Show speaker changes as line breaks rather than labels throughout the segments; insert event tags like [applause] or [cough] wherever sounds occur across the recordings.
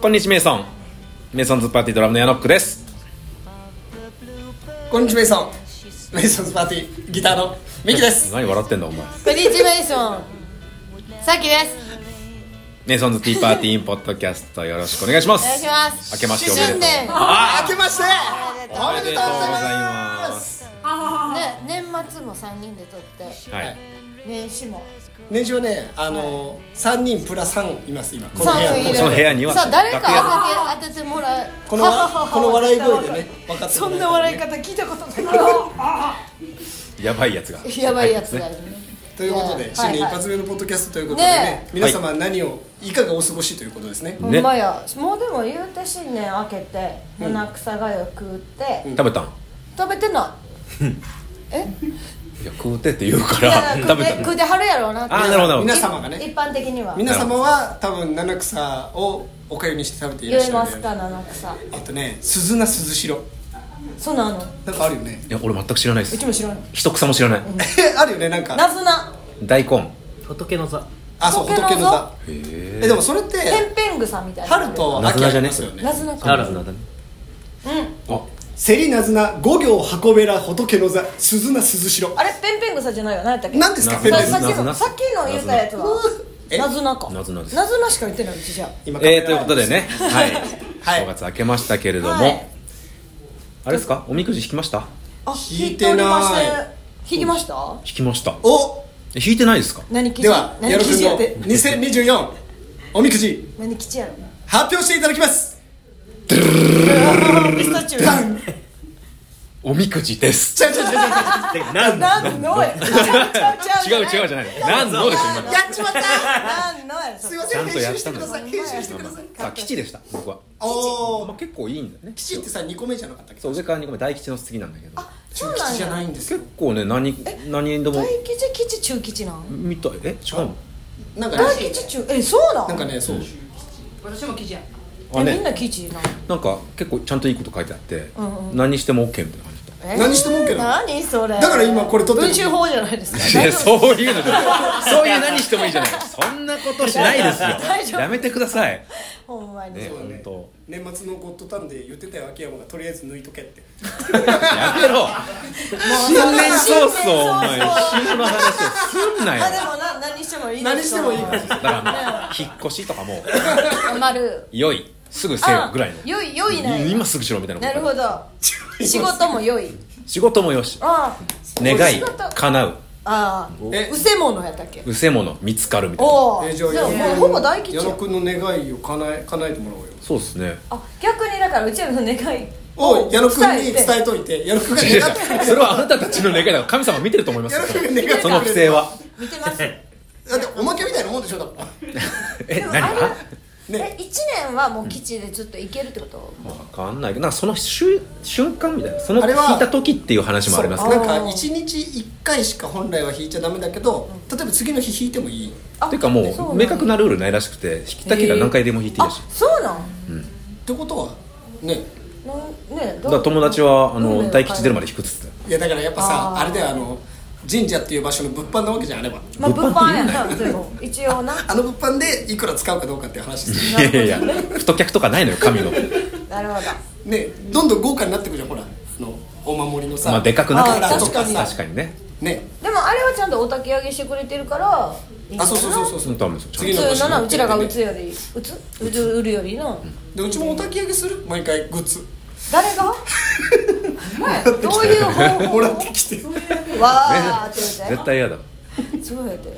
こんにちはメイソンメイソンズパーティードラムのヤノックです
こんにちはメイソンメイソンズパーティーギターのミ
[laughs]
キです
何笑ってんだお前
こんにちはメイソンさきです
メイソンズティーパーティーインポッドキャストよろしくお願いしま
お
す
願いします
明けましておめでとう
新年ね
あー明けましてお
おめ
め
で
で
と
と
う
う
ご
ご
ざ
ざ
い
い
ま
ますす
年末も三人で撮って
はい
年始も
年始はねあの3人プラ3います今この部
三
屋
人いる
その部屋には
さあ誰か
楽
当てて当ててもらえ
このこの笑い声でね分かって
そんな笑い
い
方聞いたことな
やばいやつが
いやばいやつがい
ね
るね
ということで新年一発目のポッドキャストということで
ね
ね皆様何をいかがお過ごしということですね
ほんまやもうでも言うて新年明けて七草がゆ食うて
食べたん
食べてないえ
いや食うてって言うか
いや
ら
食
食べ
べ
た
食うてはるやろうなって
あーなるほど
皆様がね
一般的には
皆様は多分七草をおかゆにして食べていらっ
言
し
え
ゃ
ま
る
すか七草
えっとね鈴名鈴代
そうなの
なんかあるよね
[laughs]
いや俺全く知らないで
うち
す
も知らない
一草も知らない
あるよねなんか
謎な
大根
仏の座
あそう
仏の
仏の座
へ
えでもそれって
天変草みたいな
春と秋ありますよね
謎な
なる
感
ほどね
うん
あ
セリナズナ五行箱べら仏の座鈴名鈴代
あれ天変草じゃないよ何やったっけ
何ですか
謎
ペン
さ
ペ
々
ン
さっき
謎々
のさっきの言ったやつは
え
謎なか
謎々です
謎なしか言ってないうちじゃ
今
えー、ということでね、はい、
はい
正月明けましたけれども、
はい
あれですか、おみくじ引きました。
あ
引いてない
引きました
引きました。
お
え引いてないですか。
何吉
では
何
やろく
吉
ん
やっ
の
て
2024おみくじ
何吉やろ
発表していただきます
ピスタチ
ダ
オ
ン
おみくじです。
ちゃうちゃうちゃうちゃ
でなんで
何のや
違う違うじゃ
ない
ない。なんのですよ
う
今。
やっちまった
何のやそ
す
れ
いま
ち
せ
ゃ
ん
んとやっ
編集したて
ん
く
だ
ださい編集してください
さあ、吉でした。僕は。
お
まあ、
ー
結構いいんだよね。
吉ってさ二個目じゃなかったっけ
そう、上から二個目、大吉の次なんだけど。
そう
中吉じゃ
な
なんい
や
んですよ
結構ね、何、何でも
大。吉吉中吉なん
見たい。え、違うの。
なんかね
大吉中えそうなん
なんかねそう
私も記事や
あ、
えみん
ね、
な吉なん
なんか、結構ちゃんといいこと書いてあって
ん、
何にしてもオッケーみたいな感じだっ
えー
何しても OK なの
何それ
だから今これ撮ってる
文集法じゃないですか
た。いや、
大丈夫
そういうのじゃない。そういう何してもいいじゃない。そんなことしないです
大丈
よ。
夫
やめてください。
ほんまに
ね、本当。
年末のゴッドタンで言ってたよ秋山がとりあえず抜いとけって
やめろ新年早々お前
新年早々
死ぬの話をすんなよ
あでもな何してもいい
何してもいいから
だからまあ引っ越しとかも
丸
良いすぐせよぐらいの
良い良いね
今すぐしろみたいな
なる
こと
ほど仕事も良い
仕事もよし
あ
願い
仕事
叶う
あ
え
うせものやったっけ
うせもの見つかるみたいな
おお
え
で
じゃ
も
あ矢野
もう
君
ほぼ大吉や
矢野君の願いを叶え叶えてもらおうよ
そうですね [laughs]
あ逆にだからうちらの願い
を矢野君に伝
え
えといて矢野君が
違う
願ってくれ
それはあなたたちの願いだから神様見てると思いますよそれ
いやいや
その不正は
見
[laughs]
てますで
だっておまけみたいなもんでしょだから
え何が
もあれはえ一年はもう吉でずっといけるってこと
分かんないけどなんかその瞬瞬間みたいなその
あれは
聞いた時っていう話もあります
そ
け
う
ど
な
ね
んか一日一回しか本来は引いちゃダメだけど例えば次の日引いてもいい
あ
ていうかも
そうなん
明
や
確なルールないらしくて引きたけが何回でも引いていい
あ
らしい
そうなん
ってことはね
なんね
だから友達はあの大吉出るま
で
で引くっつって
いやだからやっぱ
あ
さ
ー
あれだよあの神社っていう場所の物販なわけじゃんあれば
まあ
物
物
販
販やなでも一応な
あの物販でいくら使うかどうかっていう話ですよ
たいやいやいや太客とかないのよ
[laughs]
神の
なるほど
ねどんどん豪華になってくるじゃんほらあのお守りのさ
まあでかくなって
あー
き
確か
て
に
る確かにね
ね
でもあれはちゃんとお焚き上げしてくれてるからいいん
あ
じゃな
そう
い
そうそうそう
多分そう
次の
普
年
通のな
持
う
って
ち
ってね
らが打つより打つ打つ売るよりの
でうちもお焚き上げする毎回グッズ
誰がお前どういう方法
もらってきて
わーって言
絶
うて
対嫌だ
そうやって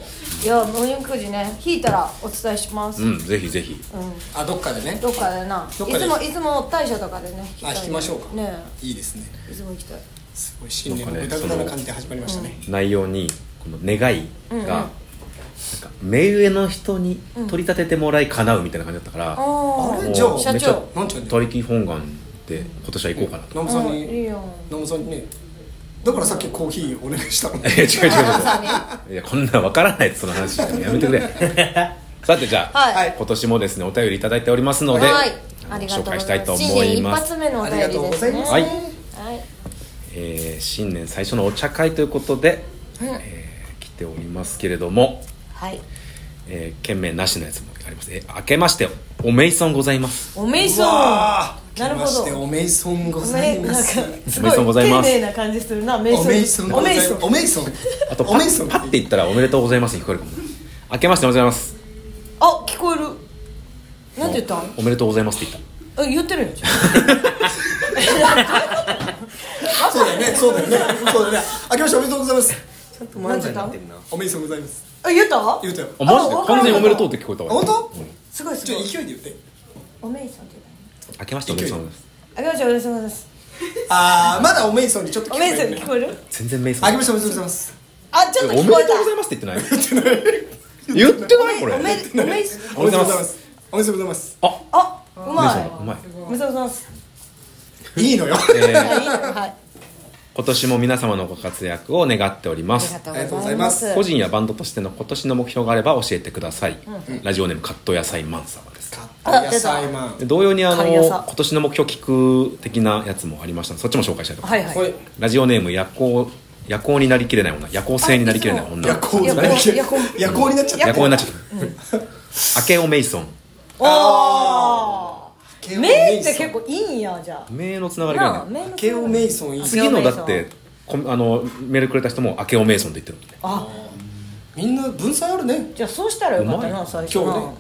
いやもうゆくじね引いたらお伝えします
うんぜひぜひ
あどっかでね
どっかでな
どっか
い
で
つもいつも大社とかでね
あ
たい
引きましょうか
ね
いいですね
えいつも行きたい
すごい新年のぐだぐだな感じで始まりましたね
内容にこの願いがなんか目上の人に取り立ててもらい叶うみたいな感じだったからも
あ
あ
う
れ
めっ
じ
ち
ゃ
ゃ
あ
社長
なんちゃうね
取り木本願で今年は行こうかなと
ナム
あ
さん
うんいい
に
よ
ナムさんにねだからさっきコーヒーお願いしたの
いや違う違う違
朝ね
ういやこんなんわからないですその話してもやめ
[laughs]
てくれさてじゃあ、
はい
今年もですねお便りいただいておりますので、
はい
あ
あ
の
りが
紹
とうござい
介
ま
し
す
たいと
新
思
年
い
一
ます
発目のお
あ
便
りがと
り
う
で
ござ
す
い
ね
ます
はい
はい
えー新年最初のお茶会ということで、えー来ておりますけれども、
はい
えー、件名なしのやつもいありますえ明けましておめいさんございます
おめいそう
わー
なるほ
来まして
ど
おめいそんご
お
ざ
め
い
いなん
ま
か
す
す
おめいさんご
ごい
ざい
丁
ます
寧な感じするなめいそ
おめいそん
う
ご
お
ざ
め
い
い
ます
そう
おめいそん
あとパ
おめいそ
ッ
ん
パッて言ったらおめでとうございますに聞こえるかも明けましておめでとうございます
あ聞こえるなんて言ったん
おめでとうございますって言っ
あ言ってるよ
そうだよねそうだよねそうだよね明けましておめでとうございますちゃんと漫才になってるなおめいそんございます
あ言った
言うたよ
たあマジで
あわかん
完
ない
全におめでとうって聞こえたわ
本当
すごいす
ち
ご
ょ
い
っと勢いで言って
おめいさんって言う
明けましておめでとうございます
たあげましょうおめいさんです
あーまだおめいそんにちょっと聞
お
こえ
めい
る
さん聞こえる
全然メイソン
あけましておめでとうございます
あちょっと
お
聞
め
こ
でと
え
う
た
ございますって言ってない言ってないこれ [laughs]
おめおめい
おめでとうございます
すおめでとうございます
あ
あう
メイ
ま
ソ
い
ンうまい
おめでとうございます
いいのよ
えー
はいはい
今年も皆様のご活躍を願っておりま
あり
す
がと
ありが
う
とう
ご
ご
ざ
ざ
い
い
ま
ますす
個人やバンドとしての今年の目標があれば教えてください、ラジオネームカット野菜マン様です
あ野菜マン
で同様にあの
カリヤサ
今年の目標聞く的なやつもありましたのでそっちも紹介したいと思います、
はいはい
ラジオネーム夜行夜行になりきれない女夜行性になりきれない女
夜行にな
で
っ
す
ち
か
ゃ
ね
夜行
った夜行になっちゃった
夜行になっちゃった、明けおめいそん
お
ケ
ーめいって結構いいんやじゃ
名のつな
あ
がりが
な
あ
あ
るんだよね
めいの
ケオメイソンいい
あ
次のだっ
明けおめい
てこあのメールくれた人も明けおめいそんって言ってる
あ
みんな分散あるね
じゃあそうしたらよかった
うま
ない最初な
今日ね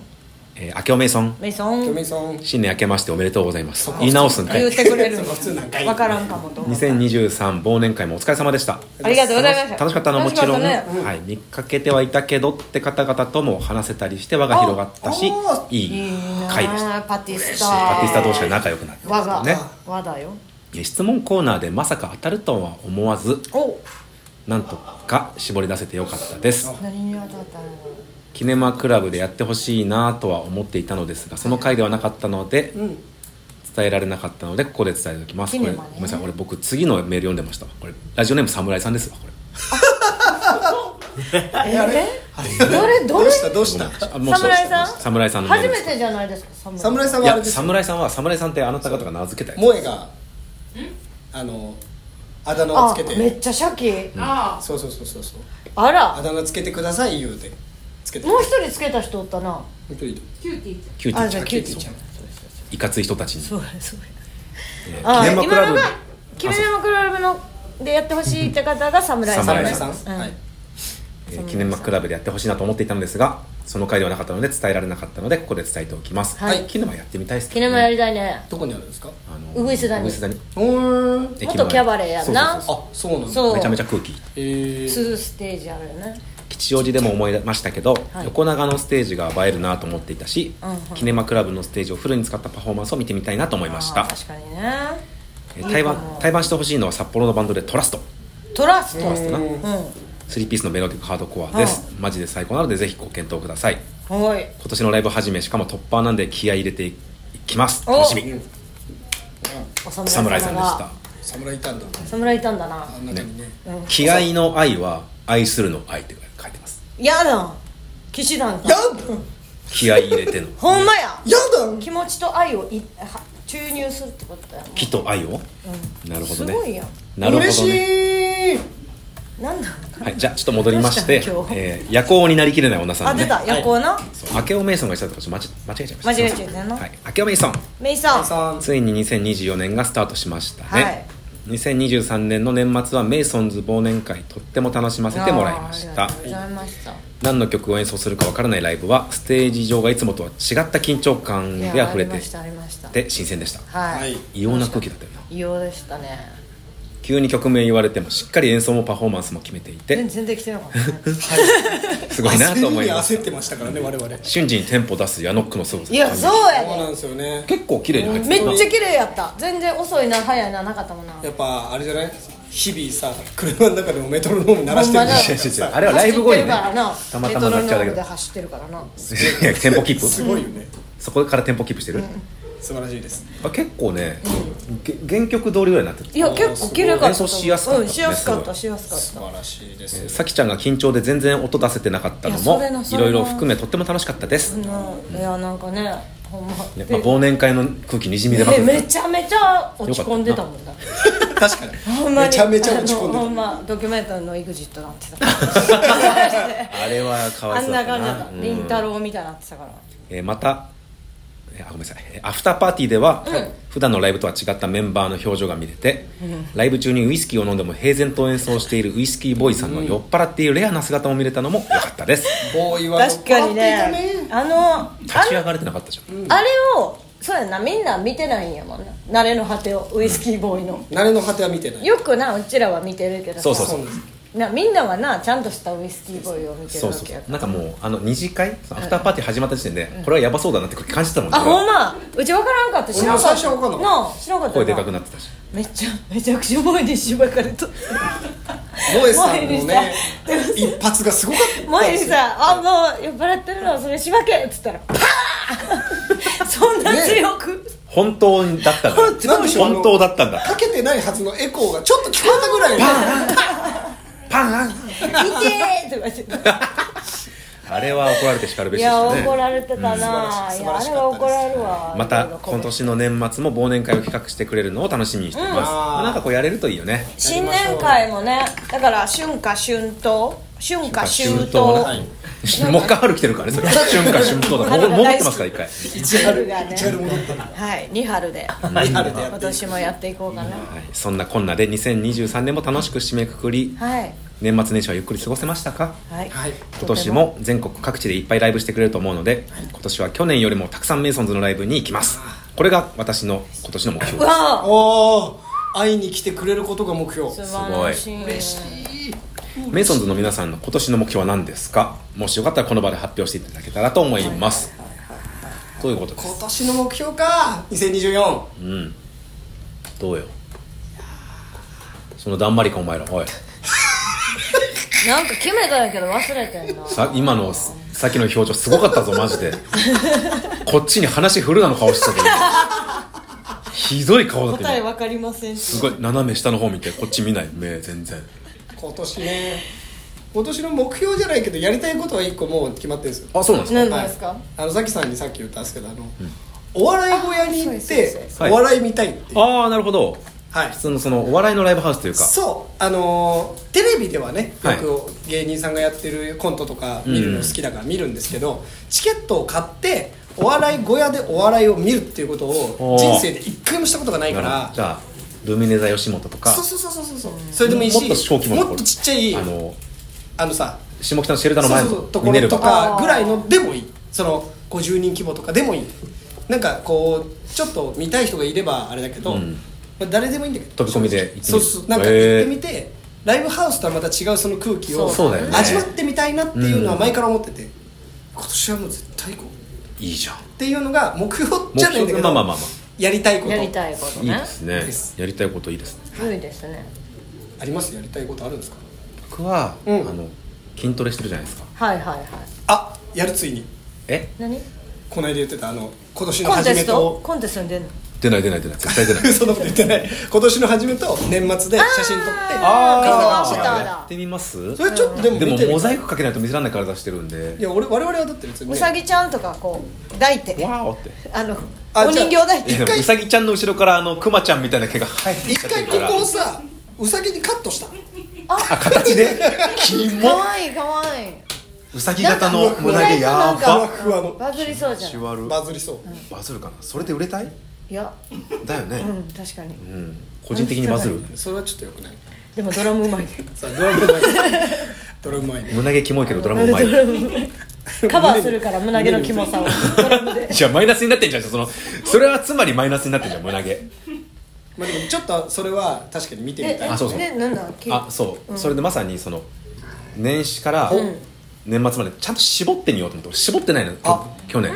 えー明けおめいそん
メイソ
ケオ
ン
メイソン
新年明けましておめでとうございます言い直すんかい
言ってくれる
その普通なんかいい
わからんかもと思った
2023忘年会もお疲れ様でした
ありがとうございました
楽しかったのはもちろん、
楽しかったね
はい、見かけてはいたけどって方々とも話せたりして輪が広がったし
あ
い
い
い
いなあ
会でした
パティスタ
パティスタ同士が仲良くなって
我が
ね
我だよ
え質問コーナーでまさか当たるとは思わず
お
なんとか絞り出せてよかったです
何に当たったの
キネマクラブでやってほしいなとは思っていたのですがその回ではなかったので、
ん
伝えられなかったのでここで伝えておきます
キ
こ
ネ
れ
マね
ごめんなさいこれ僕次のメール読んでましたわこれラジオネーム侍さんですわこれ
え
[laughs]
ーどれど
ど
れ
うしたどうした
あもうそう
侍さん
侍さんのメー
初
ル
めてじゃないですか侍
侍さ
い
んはあれ
や
です
侍さんは侍さんってあなた方が名付けたや
萌えがあのあだ名をつけ
あめってちゃシャキ
あ
そうそうそうそうそう
あ
あ
ら
だ名つけてください言うてつけて
もう一人つけた人おったな
一人いる
あ、キューティーち
つキューティ
あ
ーち
じ
ゃ
ゃあ
ん
キューティーち
ち
ゃ
ゃ
ん
ん
いかつい人たちに
そうやそうや
えーキ
あ
ネマクラブ
今のが君のクラブのでやってほしいって方が侍さん
侍
侍さん
うん
はい
えー記念マクラブでやってほしいなと思っていたのですがその回ではなかったので伝えられなかったのでここで伝えておきます、
はい
キネマやってみたいです
キネマやりたいね
どこにあるんですか
あの
ウグイス谷
ウグイス谷
うーん
駅前
元キャバレーやんな
そうそうそう
あそうなんだ
そう
めちゃめちゃ空気
えー
2ステージあるよね
吉祥寺でも思い出ましたけど、
はい
横長のステージが映えるなと思っていたし、
うんうん
キネマクラブのステージをフルに使ったパフォーマンスを見てみたいなと思いました
あー確かにね
えー対バ
いいかも
ン対バンしてほしいのは札幌のバンドでトラスト
トラスト
トラストな
う
3ピースのメロディックハードコアです、マジで最高なのでぜひご検討ください
んはい
今年のライブ始めしかもトッパーなんで気合い入れていきます
お
楽しみ
お侍
侍さんでし
が
た
侍いたんだ
侍いたんだな
あんなにね
気合の愛は愛するの愛って書いてます
やだ騎士団
や
さん
だ
気合い入れての
ほんまや
や
気持ちと愛をいは注入するってことやもん
気と愛を、なるほどね
すごいやん
な
だ
るほどね
嬉しい
なんだ
はい、じゃあちょっと戻りまして
どうしたの今、日
えー夜行になりきれない女さ
あ
んの
出
ね
た夜行な
そう明けおめいさんがしたとこちょっと間違間違えちゃいました
間違えちゃ
す
い
いま
け
せ
ん
ん
な
はい、明けおめいさん
メイさん
さん
ついに2024年がスタートしましたね、
はい
2023年の年末はメイソンズ忘年会とっても楽しませてもらいまし
あ
た
ーありがとうございました
何の曲を演奏するかわからないライブはステージ上がいつもとは違った緊張感
い
で
や
溢れ
あり
て
ましたありました
て新鮮でした
は
はいい
異様な空気だったよな
異様でしたね
急に曲名言われてもしっかり演奏もパフォーマンスも決めてい
全
て
[laughs] 然できてなかったね
すごいなと思いま
焦りに焦
し
ってましたからね我々
瞬時にテンポ出すヤノックの凄さ
いやそうや
そう
で
なんですよね
結構綺麗に入って
め
たな
っちゃ綺麗やった全然遅いな早いななかったもんな
やっぱあれじゃない日々さ車の中でもメトロノーム鳴らし
ほんまだ
てる
違う違う
し
違うあれはライブ後にね
た
た
ま
ま
た
た
ま
ま
な
な
っ
っ
ち
ち
ゃ
ゃ
う
うだ
だけ
け
で
だ
走ってるからなう
[laughs] いやテンポキープ
[laughs] すごいよね
そこからテンポキープしてる、
素晴らしいです
あ結構ね、げ原曲通りぐらいになって
いや結構綺麗かった
演奏しやすかった
うんしやすかった
す
しやすか
素
っ
晴らしいです
るさきちゃんが緊張で全然音出せてなかったの
いやそれな
も
そ
い
れな
ろいろ含めとっても楽しかったです、
たうんいやなんかねほんま
ねまあ、忘年会の空気にじみ出まくっ
ね
て
め
た
ちゃめちゃ落ち込んでたもんだ
確かに
ほんまに
めちゃめちゃ落ち込んでた
あのほんまドキュメントの EXIT なんてた
あれはかわ
あ
いそ
ん
うだ
な
った
感じ
な
だった
うん
凛太郎みたいになってたから
えーまたえーあごめんなさいえーアフターパーティーでは、普段のライブとは違ったメンバーの表情が見れて、ライブ中にウイスキーを飲んでも平然と演奏しているウイスキーボーイさんの酔っ払っているレアな姿も見れたのも良かったです
ボーイは
確かにねあのあ
立ち上がれてなかったじゃん、
あれをそうやなみんな見てないんやもんな慣れの果てをウイスキーボーイの
慣れの果ては見てない
よくなうちらは見てるけどさ
そうそうそう
です
なみんなはなちゃんとしたウイスキーボーイを見てる
そう
わ
そう
けや
そ
か
う
ら
なんかもうあの二次会そのアフターパーティー始まった時点で、これはヤバそうだなって感じてたもん
あほんまうち分からんかった知らんかった
俺も最初分かんなか
なあ知らんかった
声でかく
な
なってたし
めっちゃめちゃくちゃボーイにしばかれと
ボーイさんの
ボーイ
ね
でした
一発がすごかった
萌えにさ「あもう酔っ払ってるのそれしばけ」っつったらパーン [laughs] そんな強 [laughs] く、
本当だったん
[laughs]
だ
本
当に
本当だったんだ
かけてないはずのエコーがちょっと聞こえたぐらいの
パン
「いてー!」とか言って
あれは怒られて叱るべ
い
しでし
や
たね
怒られてたな、
うん素晴らしい
いやあれは怒られるわ
また今年の年末も忘年会を企画してくれるのを楽しみにしています、
うん
なんかこうやれるといいよね
新年会もねだから春夏春冬春夏秋冬
な [laughs] もう一回春来てるからねそれ春夏秋冬だもう戻ってますから一回
一春がね
一春戻ったな
はい二春で
はいあれでや
今
って
年もやっていこうかな
はい、そんなこんなで2023年も楽しく締めくくり、
はい
年末年始はゆっくり過ごせましたか
はい、
はい
今年も全国各地でいっぱいライブしてくれると思うので今年は去年よりもたくさんメイソンズのライブに行きますこれが私の今年の目標
うわ
おー会いに来てくれることが目標
素晴らしい
メイソンズの皆さんの今年の目標は何ですかもしよかったらこの場で発表していただけたらと思いますということで
今
す
年の目標か2024
うんどうよそのだんまりかお前らおい
なんか決めたんやけど忘れてんな
さ今のさっきの表情すごかったぞマジでこっちに話振るなの顔してたけどひどい顔だって
答え
今
わかりませんし
すごい斜め下の方見てこっち見ない目全然
今年ね今年の目標じゃないけどやりたいことは一個もう決まってるんですよ
あそうなんですか
何ですか、
はいあのさきさんにさっき言ったんですけどあの、お笑い小屋に行
あ
っ
そうですそ
て
うです
お笑い見たいっていう
ああなるほど
はい
普通のそのお笑いのライブハウスというか
そうあのーテレビではね
はい
よく芸人さんがやってるコントとか見るの好きだから見るんですけど、チケットを買ってお笑い小屋でお笑いを見るっていうことを
おー
人生で一回もしたことがないか
なるほ
ら
どじゃあルミネ座吉本とか
そうそうそうそうそうそうそれでもいいし
もっと小規模なところ
もっとちっちゃい
あの
あのさ
下北のシェルターの前
そうそうそうと
の
こ
ミネ
ろ
ル
と
バ
かぐらいのでもいいその50人規模とかでもいいなんかこうちょっと見たい人がいればあれだけど、
うん
まあ誰でもいいんだけど
飛び込みで行ってみる
そうそうなんか行ってみて、ライブハウスとはまた違うその空気を
そうだよね
味わってみたいなっていうのは前から思ってて、今年はもう絶対行こう
いいじゃん
っていうのが目標じゃないんだ
目
けど
標まあまあまあまあ
やりたいこと
やりたいこと
いい
ね
ですね
です
やりたいこといいですね
良いですね
ありますやりたいことあるんですか
僕は、
うん
あの筋トレしてるじゃないですか
はいはいはい
あやるついに
え
何
この間言ってたあの今年の
コン
初
テ
め
ス
と
トコンテストに出んの
出ない出ない出ない絶対出
[laughs]
ない
そんなこと言ってない今年の初めと年末で写真撮って
あー
体
あー
が違う
やってみます
それちょっとでも
で
見
も
てる
モザイクかけないと見せられない体してるんで
いや俺我々はだって別に
う
ね
さぎちゃんとかこう抱いて
わーおって
あの
あ
お人形抱い
いや
て
でもうさぎちゃんの後ろからあのクマちゃんみたいな毛が生えてきち
一
ゃって
回
る
こ
から
こをさうさぎにカットした
あ形でキ
か
モ
わいいかわいいう
さぎ型の
なんか
胸毛や
なんか
ば
ふわふわの
バズりそうじゃ
シ
ん
ュワル
バズりそう
バズるかなそれで売れたい
いや
だよね
うん確かに
うん個人的にバズる
それはちょっとよくない
でもドラムうまい
[laughs]
ね
さあドラムうまいドラムうまいね
胸毛キモいけどドラムう
[laughs]
まい
ドラムうまいカバーするから胸毛のキモさをドラムで
じゃあマイナスになってんじゃんそのそれはつまりマイナスになってんじゃん胸毛
まあでもちょっとそれは確かに見てみたい
あそうそう
でなんだき
あそう、それでまさにその年始から年末までちゃんと絞ってみようと思って俺絞ってないの
あ
去年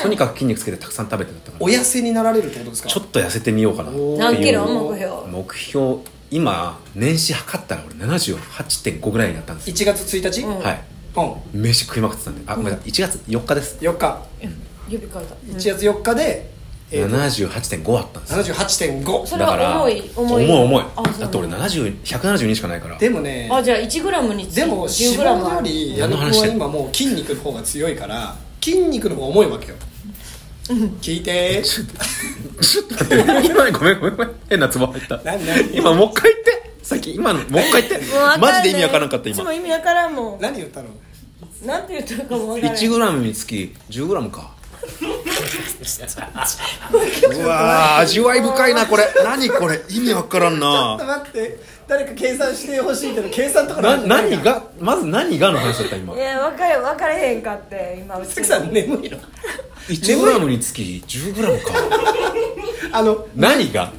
え
とにかく筋肉つけてたくさん食べてたから
お痩せになられるってことですか
ちょっと痩せてみようかなっていう
何キロ目標
目標今年始測ったら俺78.5ぐらいになったんですよ、
1月1日うん
はい飯食いまくってたんであごめんなさい1月4日です
4日
指変えた
1月4日でえーと
78.5あったんですよ
78.5
それは重い重い
重い重い
あそうなの
だって俺70 172しかないから
でもね
あじゃあ1グラムにつき
でも
10
脂
グラム
肪より矢野君は今もう筋肉の方が強いから筋肉の方が重いわけよ聞い
[laughs]
てー
ちょっと待って今ごめんごめんごめん変なツボ入った
何何
今もう一回言ってさっき今のもう一回言って
もうわかんな
マジ
い
で意味わからんかった
うち
今
も意味わからんもん
何言ったの
なんて言ったのかもわからん
1g につき 10g かうわー味わい深いなこれ何これ意味わからん
ちょっと
な
待って誰か計算してほしいけど計算とか
な
なんかない
何がまず何がの話だった今
いや分かれ分かれへんかって今うち
さきさん眠いの
1g につき 10g か
あの
何が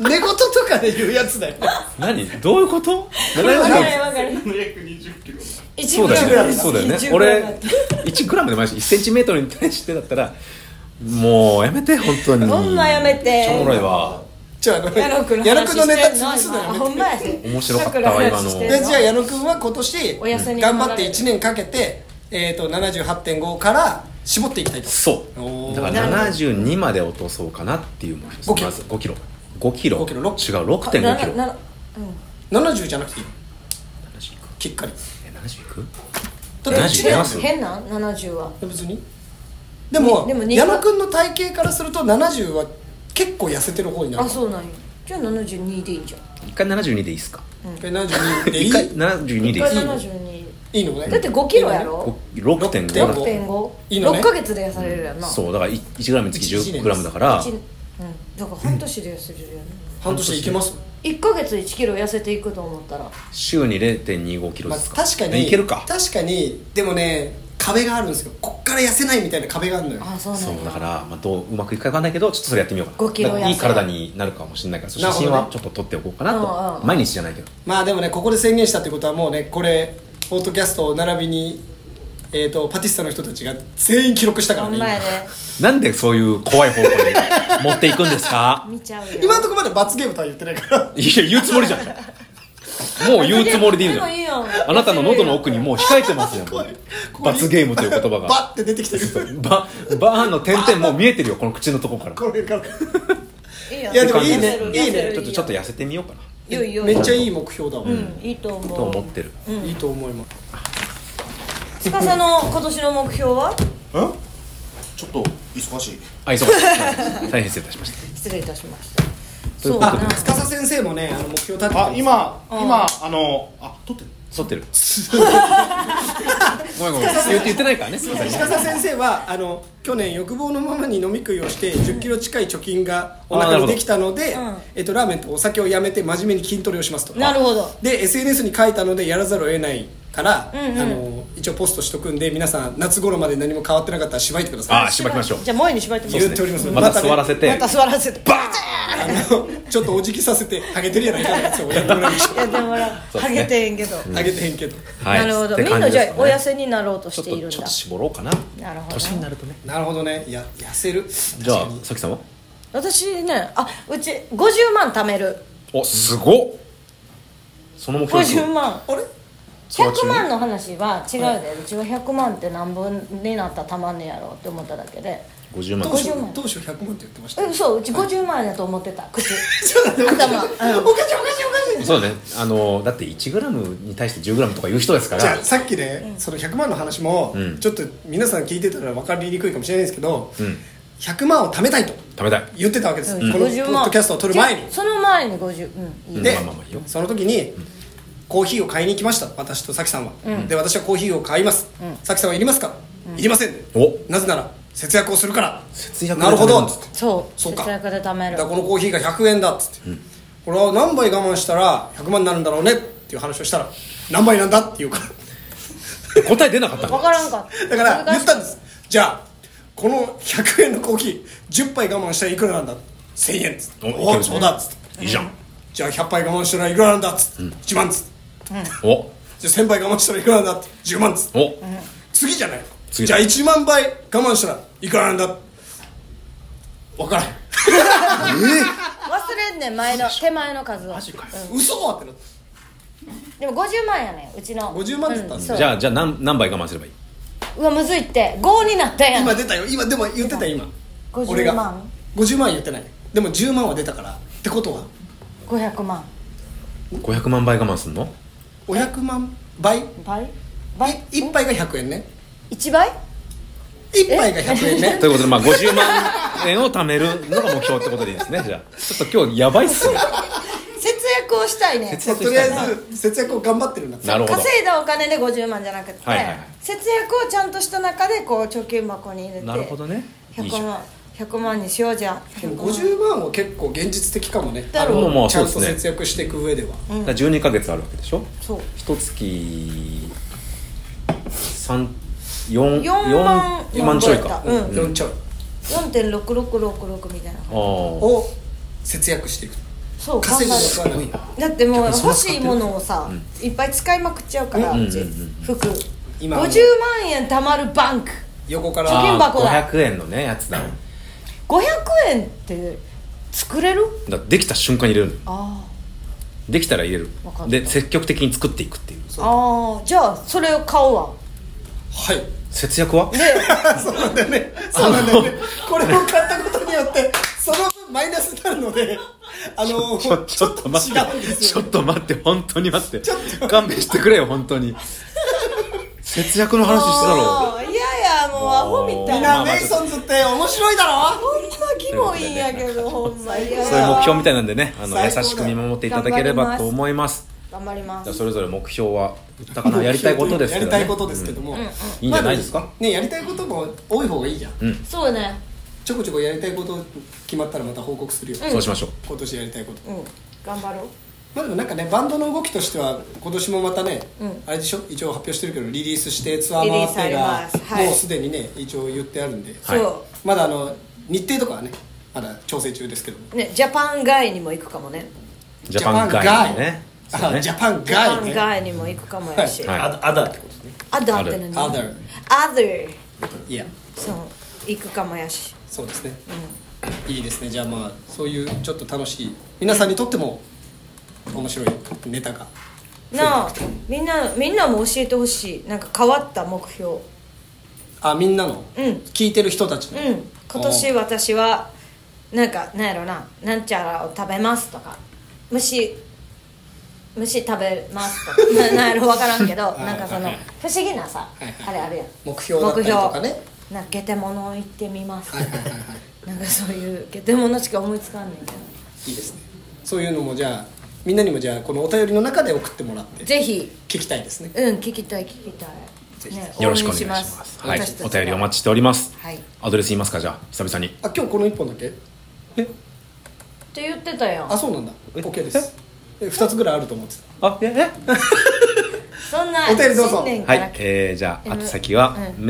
寝言とかで言うやつだよ
何どういうこと
分かれ
7
分かれ
220キロ
そうだよね
1
そうだよね
10
俺
グラム
1g でも
だった
ない
[laughs]
し 1cm に対してだったらもうやめて本当に
ほんまやめて
おもろいわ
じゃあごめん
矢野くんの
矢野くんのネタ潰すのやめて
ほんまやで
面白かったわ今の
桜話してん
でじゃあ矢野くんは今年
お休み
頑張って1年かけて、えー、と78.5から絞っていきたいと
そう
おー
だから72まで落とそうかなっていうものです
5キロ
まず5キロ5キロ
5キロ
違う6.5キロ
ななうん
70じゃなくていい
70いく
きっかり
え70いく
だって
70出
1年
ま
は
す
変なん70は
別にでも
でも二
矢野くんの体型からすると70は結構痩せてる方になる
あそうなんやじゃあ72でいいんじゃん
一回72でいいですか
え72でい
一
い
回72でいい
こ
で
れ
す
72
いいのね
だって5キロやろ
6.5だ
六点いいのね
6.56ヶ月で痩せれるやんな
そうだから 1g につき 10g だか
一
ら
うんだから半年で痩せれるやんな
半年でいけます
1ヶ月1キロ痩せていくと思ったら
週に0 2 5キロ
ま
で
あ、
すか、
確かに
いけるか
確かにでもね壁があるんですよこっから痩せないみたいな壁があるのよ
あそうなん
そうだからら、まあ、どううまくいくかわかんないけどちょっとそれやってみようかな
5キロ痩せ
だからいい体になるかもしれないからそう写真
なる
は
ほど
ちょっと撮っておこうかなと
うんうん
毎日じゃないけど
まあでもねここで宣言したってことはもうねこれポートキャストを並びに、えー、とパティスタの人たちが全員記録したから
ほ
ね
んまやで
なんでそういう怖い方向に持っていくんですか
見ちゃうよ
今今のところまで罰ゲームとは言ってないから
いや言うつもりじゃんもう言うつもりでいるじゃん
でもいいよ
あなたの喉の奥にもう控えてますよ
怖い
罰ゲームという言葉が
バッて出てきてる
ババーンの点々もう見えてるよこの口のとこからちょ
これから
いいよ
いやでもいい
ね
痩せる
いいね
痩せる
っとちょっと痩せてみようかない
いよいいよ
めっちゃいい目標だわ、
うんいいと思う
と思ってる
いいと思います
司の今年の目標は
ちょっと忙しい
あいそう大変失礼いたしました
失礼いたしました
という
そう
こと
だ
で
な
司先生もねあの目標立てて
あ
ます
今今あのあ撮ってる
剃
[laughs]
ってるごめんごめん言って言ってないからね
司先生はあの去年欲望のままに飲み食いをして1 0キロ近い貯金がお
あーな
腹
る
に
ほど
できたので、
うん
えっと、ラーメンとお酒をやめて真面目に筋トレをしますと
なるほど
で SNS に書いたのでやらざるを得ないから、
うんうん
あの一応ポストしとくんで皆さん夏頃まで何も変わってなかったらしばいてください
あしばきましょう
じゃあ前に縛ってもら
言
う
っております
また座らせ
て
て
また座らせてバーン
あのちょっとお辞儀させてハゲてるやないかのや [laughs] つをやってもらいましょ
やってもらう
そう
ハ
ですね
ゲてへんけど
うハゲてへんけど
はい
なるほど
って
みん
感
なじゃ
です
あ
か
お
ね
痩せになろうと
ちょっ
し
て
いる
と
ん
ちょっ
だ
と絞ろうかな
なるほど
年になるとね
なるほどねや痩せる
じゃあさきさんは
私ねあうち50万貯める
おすごっその目標です
50万
あれ
それは違う
100万の話は違うでうちは100万って何分になったらたまんねやろうって思っただけで
50万
当初
50万
当初100万って言ってました
えそううち50万やと思ってた
[laughs]
口
そうだねおかしい
頭
おかしいおかしいおかしい
そうだねあのだって 1g に対して 10g とか言う人ですか
じゃあ
ら
さっきね、その100万の話も、
うん
ちょっと皆さん聞いてたら分かりにくいかもしれないですけど、
うん
100万を貯めたいと
食べたい
言ってたわけです、このポ
50
ッドキャストを撮る前に
じゃあその前に50うんいい
ん
で、
まあまあまあいいよ
その時に、コーヒーを買いに行きました私とさきさんは、で私はコーヒーを買いますさき、さんはいりますか、いりません
お
なぜなら節約をするから
節約で
なるほ
貯める
ど
んです
そう
そうか
節約で貯める
だからこのコーヒーが100円だっつって、これは何杯我慢したら100万になるんだろうねっていう話をしたら何杯なんだって言うから
答え出なかった
分
の
からんか
だから言
難
っ
した
んですじゃあこの100円のコーヒー10杯我慢したらいくらなんだ1000円っつって
おいける
おお
ね
そうだっつって
いいじゃん
じゃあ100杯我慢したらいくらなんだっつって1万っつって
お
じゃあ1000杯我慢したらいくらなんだって10万っつって
お
次じゃないの
次
じゃあ1万杯我慢したらいくらなんだ分からん
忘れんねん前の手前の数をう
嘘ってなって
んでも50万やねんうちの
50万だったんだ
うそう
じゃあじゃあ何何倍我慢すればいいう
わむずいって5になったやん
今出たよ今でも言ってたよ今
50
俺が
万
50万言ってないでも10万は出たからってことは
500万
500万倍我慢すんの
500万倍
倍倍
1杯が100円ね
1倍
一杯が100円ね
ということで、まあ、50万円を貯めるのが目標ってことでいいですねじゃあちょっと今日やばいっすね
節約をしたいね
節
まあとりあえず節約を頑張ってるんだ
なるほど
稼いだお金で50万じゃなくて、
はいはいはい
節約をちゃんとした中でこう貯金箱に入れて
なるほどねいいじゃ
100
ん
万100万にしようじゃん
でも50万は結構現実的かもね
だろう
もうもう
ちゃん
そ
と
うですね
節約していく上では
だから12ヶ月あるわけでしょ
そう
一月三四
4万
四万ちょいか
超え、たうん
4ちょい
4.6666みたいな
あー
を節約していく
そう頑
稼ぐの
張る
はない
だってもう
逆にそんな使っ
欲
て
し
る
いものをさ、いっぱい使いまくっちゃうから、
うん
うち
うんうんうん
服50
今
万円貯まるバンク
横から
貯金箱だ
あー500円のねやつだ
500円って作れる
だできた瞬間に入れるの
あ
できたら入れる
わかった
で積極的に作っていくっていう
ーあーじゃあそれを買おうわ
はい [laughs]
節約は
で
そうなんだよねそうなんだよねこれを買ったことによってその分マイナスになるのであの [laughs]
ちょちょっと待って
違うんですよ
ちょっと待って本当に待って勘弁してくれよ本当に節約の話してたろ
もういやいやもうアホみた
み
い
ん
まあ
な
ま
な
あ
メイソンズって面白いだろ
ほんまキモいんやけどほんまいや
そういう目標みたいなんでねあの優
最高だ
しく見守っていただければと思います
頑張りま
じ
す
ゃあそれぞれ目標は言ったかなやりたいことですけど、ね、
やりたいことですけども、
いいんじゃないですか、
ねやりたいことも多い方がいいじゃん、
そうね
ちょこちょこやりたいこと決まったらまた報告するよ、
そうしましょう
今年やりたいこと
うん頑張ろう
まあでもなんかねバンドの動きとしては今年もまたね、あれでしょ一応発表してるけどリリースしてツアー回って
リリー
が
スありますはい
もうすでにね一応言ってあるんで、
はい
そ
まだあの日程とかはねまだ調整中ですけども
うねジャパン外にも行くかもね
ジャパンガイね
ジャ
そ
パ
う
ンガイあ
ね
ジャパン
ジャ
ガ
パ
イ
ン
ね
外にも行くかもやし、
はい
あアダーってことですね
アダーって何
アダー
アダー
いや
そう行くかもやし
そうですね、いいですねじゃあまあそういうちょっと楽しい皆さんにとっても面白いネタが
なあみんなみんなも教えてほしいなんか変わった目標
あみんなの、
うん
聞いてる人たち
う
の、
ん今年私はなんかなんやろななんちゃらを食べますとか虫虫食べます
[laughs]
とかななんやろ分からんけど
い
なんかその
はい
不思議なさ
はい
あれあるやん
目標だったりとかね
目標なんかゲテモノ行ってみます
はいはいはいは
[laughs] なんかそういうゲテモノしか思いつかんねんけど
いいですねそういうのもじゃあみんなにもじゃあこのお便りの中で送ってもらって
ぜひ
聞きたいですね
うん聞きたい聞きたいね
よろしくお願いしますはいお便りお待ちしております、
はい
アドレス言いますかじゃあ久々に
あ今日この1本だけ
ちって言ってたやん
あそうなんだ OK ですえ2つぐらいあると思ってた
あええ
そんな
お便りどうぞ
新年か
は
ら
い、えー、じゃあ
M
宛先は、
う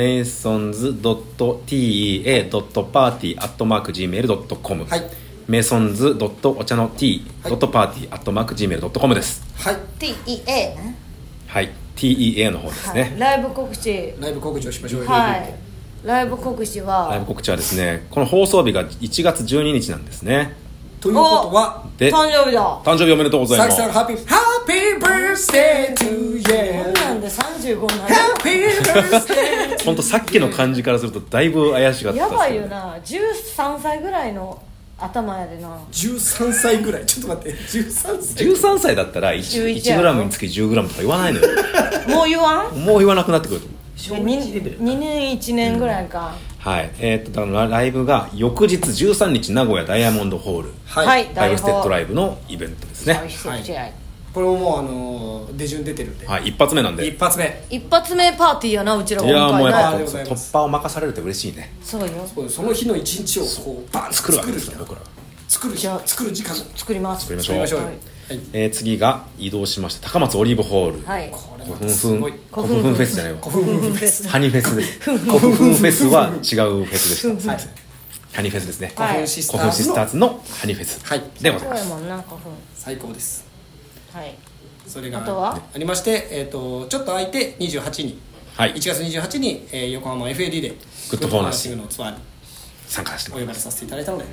masons.tea.party.gmail.com
はい
メイソンズドットお茶の t ドットパーティーアットマーク gmail.com です
はい
TEA ね
はい TEA の方です
はい
ね、
ライブ告知
ライブ告知をしましょうよ
はいライブ告知
ライブ
は
告知はですねこの放送日が1月12日なんですね
ということは
で
誕生日だ
誕生日おめでとうござい
さ
ま
き
す
さんハッピーハッピーバースデートゥ
こ
ー
んなんで35な
ハッピーバースデー
本当さっきの感じからするとだいぶ怪しかっ
る
た
や
です
ば
け
い
ど
よな13歳ぐらいの頭やでな
13歳ぐらいちょっと待って13歳
13歳だったら 1,
11や
グラムにつき10グラムとか言わないのよ
もう言わん
もう言わなくなってくると思う
小一レベル
2, 年1年ぐらいか、
はいえーっとだからライブが翌日13日名古屋ダイヤモンドホール
はい、
はい
ダイオステッドラ
イ
イブのイベントですね
これももうあのー、出順出てるんで、
はい一発目なんでい
一発目
一発目パーティーやなうちら
やーもうや
あ
っぱ
りがとうございます
突破を任されるって嬉しいね
そうよ
その日の一日をこうバン
作るわけですか
作
ら僕
る
らは
作る日作る時間作
作ります
作りましょ
りましょうよ
はい
はい、
えー次が移動しまして高松オリーブホール
はい
これ
古
は
墳
すごい
古墳フェスじゃないわ
古墳フェス
ハニフェスです古墳フェスは違うフェスでしたすいませんハニフェスですね
はい
古墳シスタ
古墳
ー
シ
ズ
ス
の
ターズのハニフェス
はい
でござい
そう
ま
や
す
もんな花粉
最高です
はい
それが
あとは
ありまして、えー、とちょっと空いて28に、
はい
1月28に、えー横浜 FAD でグ
ッドフォーナッシン
グのツアーに
参加して
お
もら
呼
い
ば
ま
れ
す
させていただいたので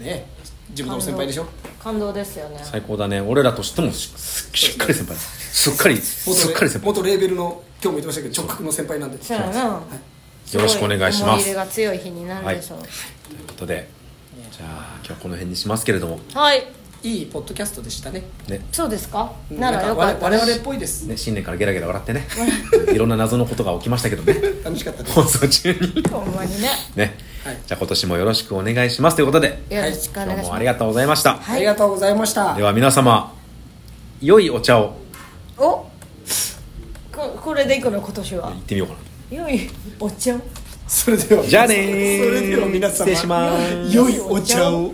ね自分の先輩でしょ
感動ですよね
最高だね俺らとしてもしししっかり先輩すっかりすっかり先輩
元レーベルの今日も言ってましたけど直角の先輩なんで
そうやなよ
よろしくお願いしま
思い
す
入れが強い日になるでしょう
ということでじゃあ今日はこの辺にしますけれども
はい、
いいポッドキャストでしたね
ね
そうですか
な
な
ん
ら
か
よかった
我
です
々っぽいです
ね新年からゲラゲラ笑
[laughs]
ってねいろんな謎のことが起きましたけどね
楽しかったです
放送中に
ほんまにね
ね、
はい
じゃあ今年もよろしくお願いしますということで
よろしくお
今
願い
日
し
もあ
ます
りがとうございました、
はい
ありがとうございました
では皆様良いお茶を
おこ [laughs] これでいくの今年は
行ってみようかな
よいお茶を
それでは
じゃあね
それで
ー
は皆様
失礼します
良いお茶を